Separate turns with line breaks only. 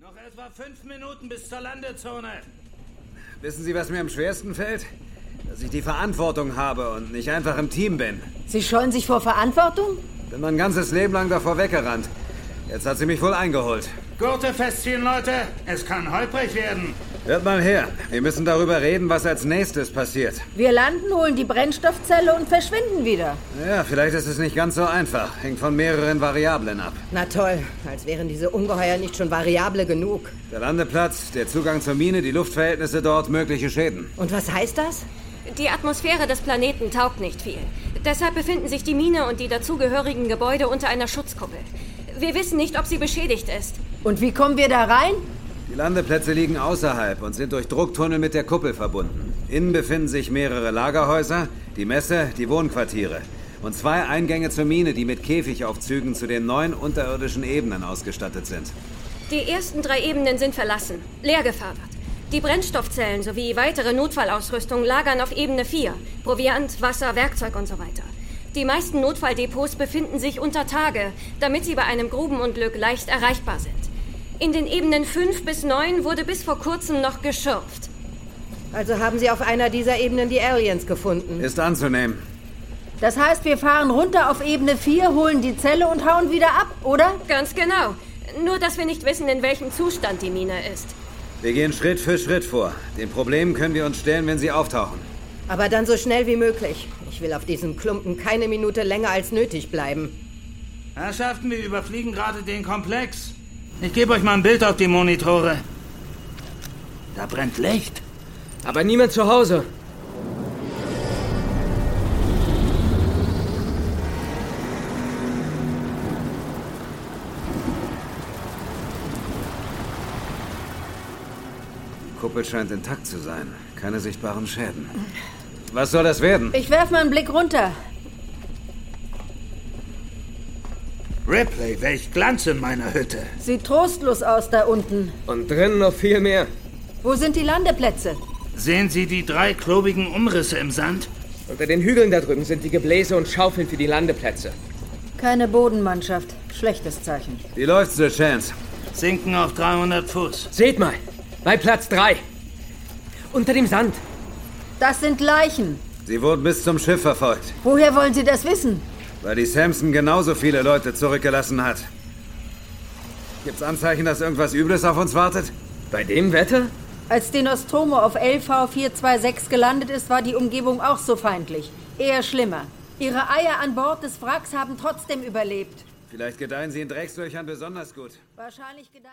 Noch etwa fünf Minuten bis zur Landezone.
Wissen Sie, was mir am schwersten fällt? Dass ich die Verantwortung habe und nicht einfach im Team bin.
Sie scheuen sich vor Verantwortung?
Bin mein ganzes Leben lang davor weggerannt. Jetzt hat sie mich wohl eingeholt.
Gurte festziehen, Leute. Es kann holprig werden.
Hört mal her. Wir müssen darüber reden, was als nächstes passiert.
Wir landen, holen die Brennstoffzelle und verschwinden wieder.
Ja, vielleicht ist es nicht ganz so einfach. Hängt von mehreren Variablen ab.
Na toll, als wären diese Ungeheuer nicht schon variable genug.
Der Landeplatz, der Zugang zur Mine, die Luftverhältnisse dort, mögliche Schäden.
Und was heißt das?
Die Atmosphäre des Planeten taugt nicht viel. Deshalb befinden sich die Mine und die dazugehörigen Gebäude unter einer Schutzkuppel. Wir wissen nicht, ob sie beschädigt ist.
Und wie kommen wir da rein?
Die Landeplätze liegen außerhalb und sind durch Drucktunnel mit der Kuppel verbunden. Innen befinden sich mehrere Lagerhäuser, die Messe, die Wohnquartiere und zwei Eingänge zur Mine, die mit Käfigaufzügen zu den neun unterirdischen Ebenen ausgestattet sind.
Die ersten drei Ebenen sind verlassen, leer gefahrert. Die Brennstoffzellen sowie weitere Notfallausrüstung lagern auf Ebene 4. Proviant, Wasser, Werkzeug und so weiter. Die meisten Notfalldepots befinden sich unter Tage, damit sie bei einem Grubenunglück leicht erreichbar sind. In den Ebenen 5 bis 9 wurde bis vor kurzem noch geschürft.
Also haben Sie auf einer dieser Ebenen die Aliens gefunden.
Ist anzunehmen.
Das heißt, wir fahren runter auf Ebene 4, holen die Zelle und hauen wieder ab, oder?
Ganz genau. Nur, dass wir nicht wissen, in welchem Zustand die Mine ist.
Wir gehen Schritt für Schritt vor. Den Problemen können wir uns stellen, wenn sie auftauchen.
Aber dann so schnell wie möglich. Ich will auf diesem Klumpen keine Minute länger als nötig bleiben.
Herrschaften, wir überfliegen gerade den Komplex. Ich gebe euch mal ein Bild auf die Monitore. Da brennt Licht.
Aber niemand zu Hause.
Die Kuppel scheint intakt zu sein. Keine sichtbaren Schäden. Was soll das werden?
Ich werf mal einen Blick runter.
Ripley, welch Glanz in meiner Hütte.
Sieht trostlos aus da unten.
Und drinnen noch viel mehr.
Wo sind die Landeplätze?
Sehen Sie die drei klobigen Umrisse im Sand?
Unter den Hügeln da drüben sind die Gebläse und Schaufeln für die Landeplätze.
Keine Bodenmannschaft. Schlechtes Zeichen.
Wie läuft's, The Chance?
Sinken auf 300 Fuß.
Seht mal, bei Platz 3. Unter dem Sand.
Das sind Leichen.
Sie wurden bis zum Schiff verfolgt,
Woher wollen Sie das wissen?
weil die Samson genauso viele Leute zurückgelassen hat. Gibt's Anzeichen, dass irgendwas Übles auf uns wartet?
Bei dem Wetter?
Als die Nostromo auf LV426 gelandet ist, war die Umgebung auch so feindlich. Eher schlimmer. Ihre Eier an Bord des Wracks haben trotzdem überlebt.
Vielleicht gedeihen sie in Dreckslöchern besonders gut.
Wahrscheinlich gedeihen.